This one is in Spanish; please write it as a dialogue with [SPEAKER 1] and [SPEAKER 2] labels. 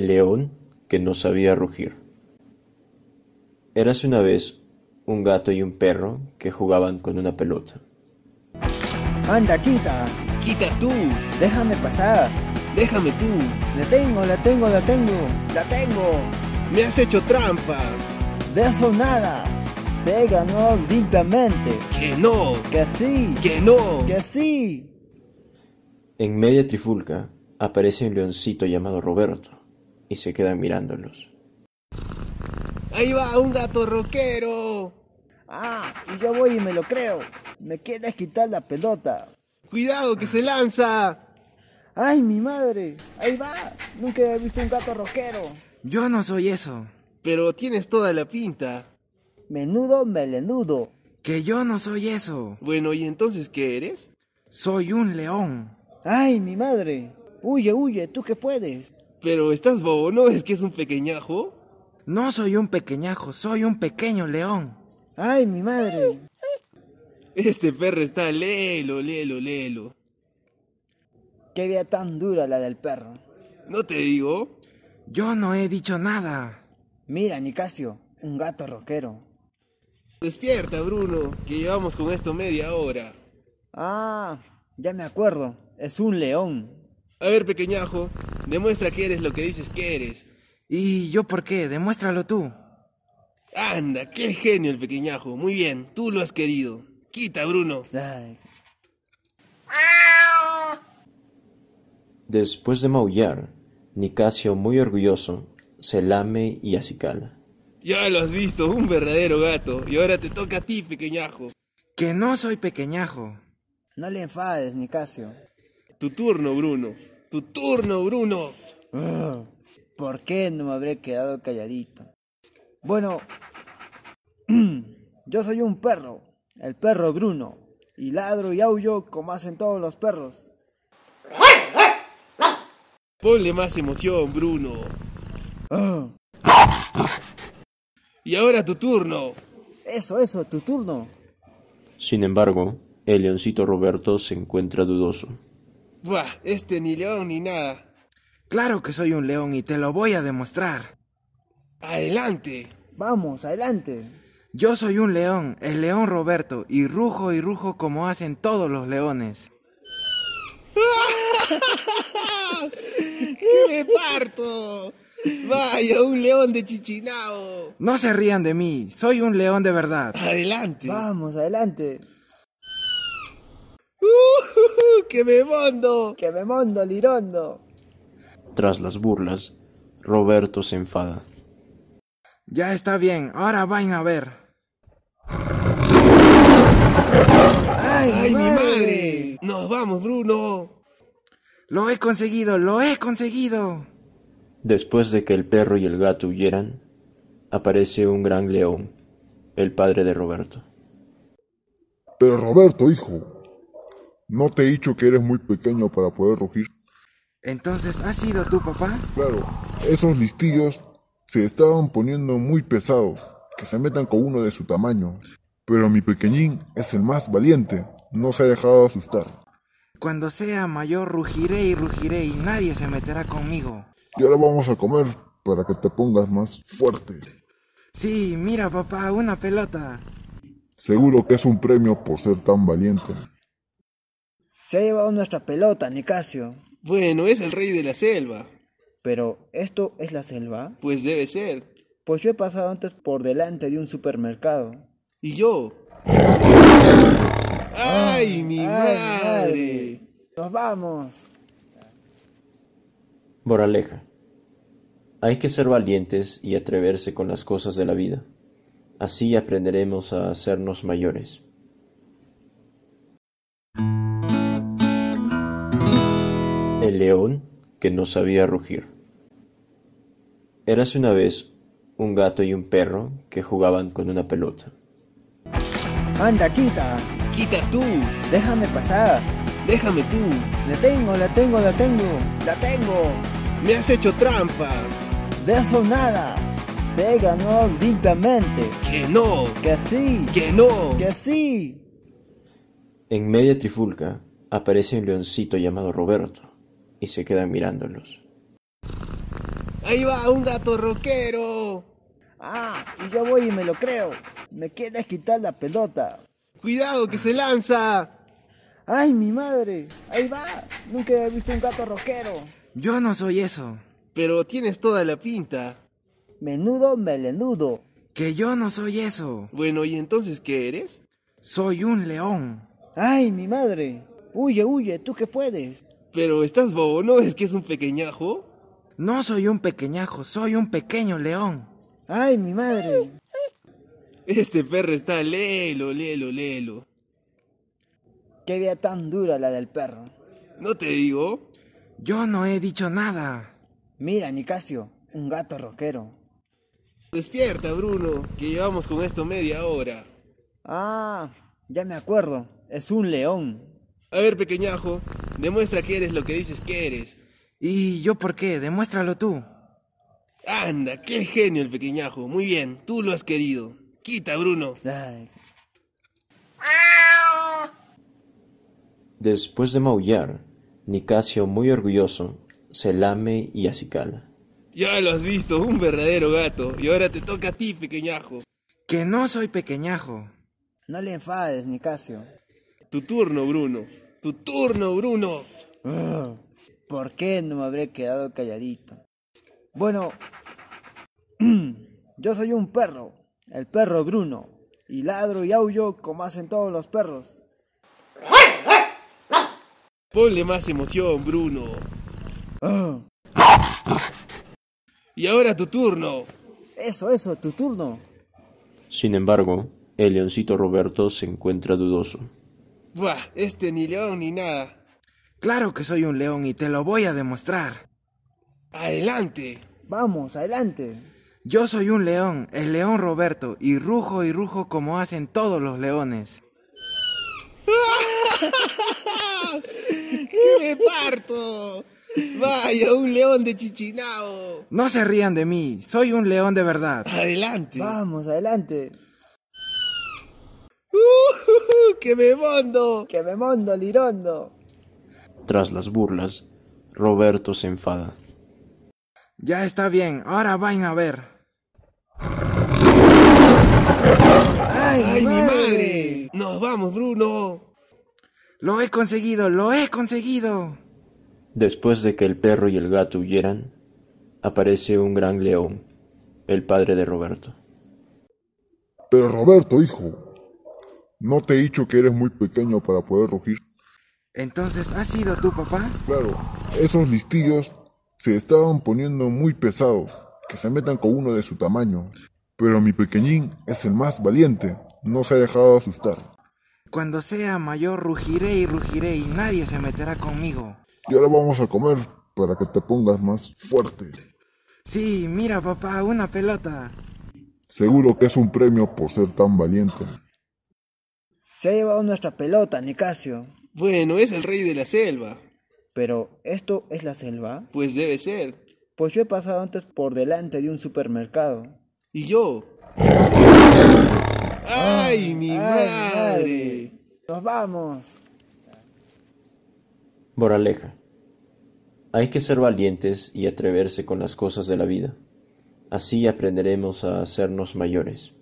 [SPEAKER 1] León que no sabía rugir. Érase una vez un gato y un perro que jugaban con una pelota.
[SPEAKER 2] Anda, quita,
[SPEAKER 3] Quita tú,
[SPEAKER 2] déjame pasar.
[SPEAKER 3] déjame tú.
[SPEAKER 2] La tengo, la tengo, la tengo.
[SPEAKER 3] La tengo. Me has hecho trampa.
[SPEAKER 2] De eso nada. Te ganó limpiamente.
[SPEAKER 3] Que no,
[SPEAKER 2] Que sí,
[SPEAKER 3] que no.
[SPEAKER 2] que sí.
[SPEAKER 1] En media trifulca aparece un leoncito llamado Roberto y se quedan mirándolos.
[SPEAKER 3] Ahí va un gato rockero.
[SPEAKER 2] Ah, y yo voy y me lo creo. Me quieres quitar la pelota.
[SPEAKER 3] Cuidado que se lanza.
[SPEAKER 2] ¡Ay, mi madre! ¡Ahí va! Nunca he visto un gato rockero.
[SPEAKER 4] Yo no soy eso.
[SPEAKER 3] Pero tienes toda la pinta.
[SPEAKER 2] Menudo melenudo.
[SPEAKER 4] Que yo no soy eso.
[SPEAKER 3] Bueno, ¿y entonces qué eres?
[SPEAKER 4] Soy un león.
[SPEAKER 2] ¡Ay, mi madre! Huye, huye, tú que puedes.
[SPEAKER 3] Pero estás bobo, ¿no es que es un pequeñajo?
[SPEAKER 4] No soy un pequeñajo, soy un pequeño león.
[SPEAKER 2] ¡Ay, mi madre!
[SPEAKER 3] Este perro está lelo, lelo, lelo.
[SPEAKER 2] ¡Qué vida tan dura la del perro!
[SPEAKER 3] ¿No te digo?
[SPEAKER 4] Yo no he dicho nada.
[SPEAKER 2] Mira, Nicasio, un gato rockero.
[SPEAKER 3] Despierta, Bruno, que llevamos con esto media hora.
[SPEAKER 2] Ah, ya me acuerdo, es un león.
[SPEAKER 3] A ver, pequeñajo, demuestra que eres lo que dices que eres.
[SPEAKER 4] ¿Y yo por qué? Demuéstralo tú.
[SPEAKER 3] Anda, qué genio el pequeñajo. Muy bien, tú lo has querido. Quita, Bruno.
[SPEAKER 2] Ay,
[SPEAKER 1] Después de maullar, Nicasio, muy orgulloso, se lame y acicala.
[SPEAKER 3] Ya lo has visto, un verdadero gato. Y ahora te toca a ti, pequeñajo.
[SPEAKER 4] Que no soy pequeñajo.
[SPEAKER 2] no le enfades, Nicasio.
[SPEAKER 3] Tu turno, Bruno. Tu turno, Bruno.
[SPEAKER 2] Ugh, ¿Por qué no me habré quedado calladito? Bueno, yo soy un perro, el perro Bruno, y ladro y aullo como hacen todos los perros.
[SPEAKER 3] Ponle más emoción, Bruno.
[SPEAKER 2] Ugh,
[SPEAKER 3] Y ahora tu turno.
[SPEAKER 2] Eso, eso, tu turno.
[SPEAKER 1] Sin embargo, el leoncito Roberto se encuentra dudoso.
[SPEAKER 3] Buah, este ni león ni nada.
[SPEAKER 4] Claro que soy un león y te lo voy a demostrar.
[SPEAKER 3] Adelante.
[SPEAKER 2] Vamos, adelante.
[SPEAKER 4] Yo soy un león, el león Roberto, y rujo y rujo como hacen todos los leones.
[SPEAKER 3] ¡Qué me parto! Vaya, un león de Chichinao.
[SPEAKER 4] No se rían de mí, soy un león de verdad.
[SPEAKER 3] Adelante.
[SPEAKER 2] Vamos, adelante.
[SPEAKER 3] ¡Uh, que me mondo!
[SPEAKER 2] Que me mondo, lirondo.
[SPEAKER 1] Tras las burlas, Roberto se enfada.
[SPEAKER 4] Ya está bien, ahora vayan a ver.
[SPEAKER 2] ¡Ay,
[SPEAKER 3] ¡Ay,
[SPEAKER 2] mi
[SPEAKER 3] mi
[SPEAKER 2] madre!
[SPEAKER 3] madre! ¡Nos vamos, Bruno!
[SPEAKER 4] Lo he conseguido, lo he conseguido.
[SPEAKER 1] Después de que el perro y el gato huyeran, aparece un gran león, el padre de Roberto.
[SPEAKER 5] Pero Roberto, hijo, ¿no te he dicho que eres muy pequeño para poder rugir?
[SPEAKER 4] Entonces, ¿has sido tu papá?
[SPEAKER 5] Claro, esos listillos se estaban poniendo muy pesados, que se metan con uno de su tamaño. Pero mi pequeñín es el más valiente, no se ha dejado asustar.
[SPEAKER 4] Cuando sea mayor rugiré y rugiré y nadie se meterá conmigo.
[SPEAKER 5] Y ahora vamos a comer para que te pongas más fuerte.
[SPEAKER 4] Sí, mira papá, una pelota.
[SPEAKER 5] Seguro que es un premio por ser tan valiente.
[SPEAKER 2] Se ha llevado nuestra pelota, Nicasio.
[SPEAKER 3] Bueno, es el rey de la selva.
[SPEAKER 2] Pero, ¿esto es la selva?
[SPEAKER 3] Pues debe ser.
[SPEAKER 2] Pues yo he pasado antes por delante de un supermercado.
[SPEAKER 3] ¿Y yo? ¡Ay, mi
[SPEAKER 2] ¡Ay,
[SPEAKER 3] madre!
[SPEAKER 2] ¡Nos vamos!
[SPEAKER 1] Moraleja. Hay que ser valientes y atreverse con las cosas de la vida. Así aprenderemos a hacernos mayores. El león que no sabía rugir. Érase una vez un gato y un perro que jugaban con una pelota.
[SPEAKER 2] Anda, quita,
[SPEAKER 3] Quita tú,
[SPEAKER 2] déjame pasar.
[SPEAKER 3] déjame tú.
[SPEAKER 2] La tengo, la tengo, la tengo.
[SPEAKER 3] La tengo. Me has hecho trampa.
[SPEAKER 2] De eso nada. Te ganó limpiamente.
[SPEAKER 3] Que no,
[SPEAKER 2] Que sí,
[SPEAKER 3] que no.
[SPEAKER 2] que sí.
[SPEAKER 1] En media trifulca aparece un leoncito llamado Roberto y se quedan mirándolos.
[SPEAKER 3] ¡Ahí va un gato roquero!
[SPEAKER 2] Ah, y yo voy y me lo creo. Me quieres quitar la pelota.
[SPEAKER 3] ¡Cuidado que se lanza!
[SPEAKER 2] ¡Ay, mi madre! ¡Ahí va! Nunca he visto un gato rockero.
[SPEAKER 4] Yo no soy eso.
[SPEAKER 3] Pero tienes toda la pinta.
[SPEAKER 2] Menudo melenudo.
[SPEAKER 4] Que yo no soy eso.
[SPEAKER 3] Bueno, ¿y entonces qué eres?
[SPEAKER 4] Soy un león.
[SPEAKER 2] ¡Ay, mi madre! Huye, huye, tú que puedes.
[SPEAKER 3] Pero estás bobo, ¿no ves que es un pequeñajo?
[SPEAKER 4] No soy un pequeñajo, soy un pequeño león.
[SPEAKER 2] ¡Ay, mi madre!
[SPEAKER 3] Este perro está lelo, lelo, lelo.
[SPEAKER 2] ¡Qué vida tan dura la del perro!
[SPEAKER 3] ¿No te digo?
[SPEAKER 4] Yo no he dicho nada.
[SPEAKER 2] Mira, Nicasio, un gato rockero.
[SPEAKER 3] Despierta, Bruno, que llevamos con esto media hora.
[SPEAKER 2] Ah, ya me acuerdo. Es un león.
[SPEAKER 3] A ver, pequeñajo, demuestra que eres lo que dices que eres.
[SPEAKER 4] ¿Y yo por qué? Demuéstralo tú.
[SPEAKER 3] Anda, qué genio el pequeñajo. Muy bien, tú lo has querido. Quita, Bruno.
[SPEAKER 2] Ay,
[SPEAKER 1] Después de maullar, Nicasio, muy orgulloso, se lame y acicala.
[SPEAKER 3] Ya lo has visto, un verdadero gato. Y ahora te toca a ti, pequeñajo.
[SPEAKER 4] Que no soy pequeñajo.
[SPEAKER 2] no le enfades, Nicasio.
[SPEAKER 3] Tu turno, Bruno. Tu turno, Bruno.
[SPEAKER 2] Ugh, ¿Por qué no me habré quedado calladito? Bueno, yo soy un perro, el perro Bruno, y ladro y aullo como hacen todos los perros.
[SPEAKER 3] Ponle más emoción, Bruno.
[SPEAKER 2] Ugh,
[SPEAKER 3] Y ahora tu turno.
[SPEAKER 2] eso, eso, tu turno.
[SPEAKER 1] Sin embargo, el leoncito Roberto se encuentra dudoso.
[SPEAKER 3] Buah, este ni león ni nada.
[SPEAKER 4] Claro que soy un león y te lo voy a demostrar.
[SPEAKER 3] Adelante.
[SPEAKER 2] Vamos, adelante.
[SPEAKER 4] Yo soy un león, el león Roberto, y rujo y rujo como hacen todos los leones.
[SPEAKER 3] ¡Que me parto! Vaya, un león de Chichinao.
[SPEAKER 4] No se rían de mí, soy un león de verdad.
[SPEAKER 3] Adelante.
[SPEAKER 2] Vamos, adelante.
[SPEAKER 3] ¡Uh, que me bondo!
[SPEAKER 2] Que me mondo, lirondo.
[SPEAKER 1] Tras las burlas, Roberto se enfada.
[SPEAKER 4] Ya está bien, ahora vayan a ver.
[SPEAKER 2] ¡Ay,
[SPEAKER 3] ¡Ay, mi madre! ¡Nos vamos, Bruno!
[SPEAKER 4] Lo he conseguido, lo he conseguido.
[SPEAKER 1] Después de que el perro y el gato huyeran, aparece un gran león, el padre de Roberto.
[SPEAKER 5] Pero Roberto, hijo, ¿no te he dicho que eres muy pequeño para poder rugir?
[SPEAKER 4] Entonces, ¿has sido tu papá?
[SPEAKER 5] Claro, esos listillos se estaban poniendo muy pesados, que se metan con uno de su tamaño. Pero mi pequeñín es el más valiente, no se ha dejado asustar.
[SPEAKER 4] Cuando sea mayor rugiré y rugiré y nadie se meterá conmigo.
[SPEAKER 5] Y ahora vamos a comer para que te pongas más fuerte.
[SPEAKER 4] Sí, mira papá, una pelota.
[SPEAKER 5] Seguro que es un premio por ser tan valiente.
[SPEAKER 2] Se ha llevado nuestra pelota, Nicasio.
[SPEAKER 3] Bueno, es el rey de la selva.
[SPEAKER 2] Pero, ¿esto es la selva?
[SPEAKER 3] Pues debe ser.
[SPEAKER 2] Pues yo he pasado antes por delante de un supermercado.
[SPEAKER 3] ¿Y yo? ¡Ay, mi madre!
[SPEAKER 2] ¡Nos vamos!
[SPEAKER 1] Moraleja. Hay que ser valientes y atreverse con las cosas de la vida. Así aprenderemos a hacernos mayores.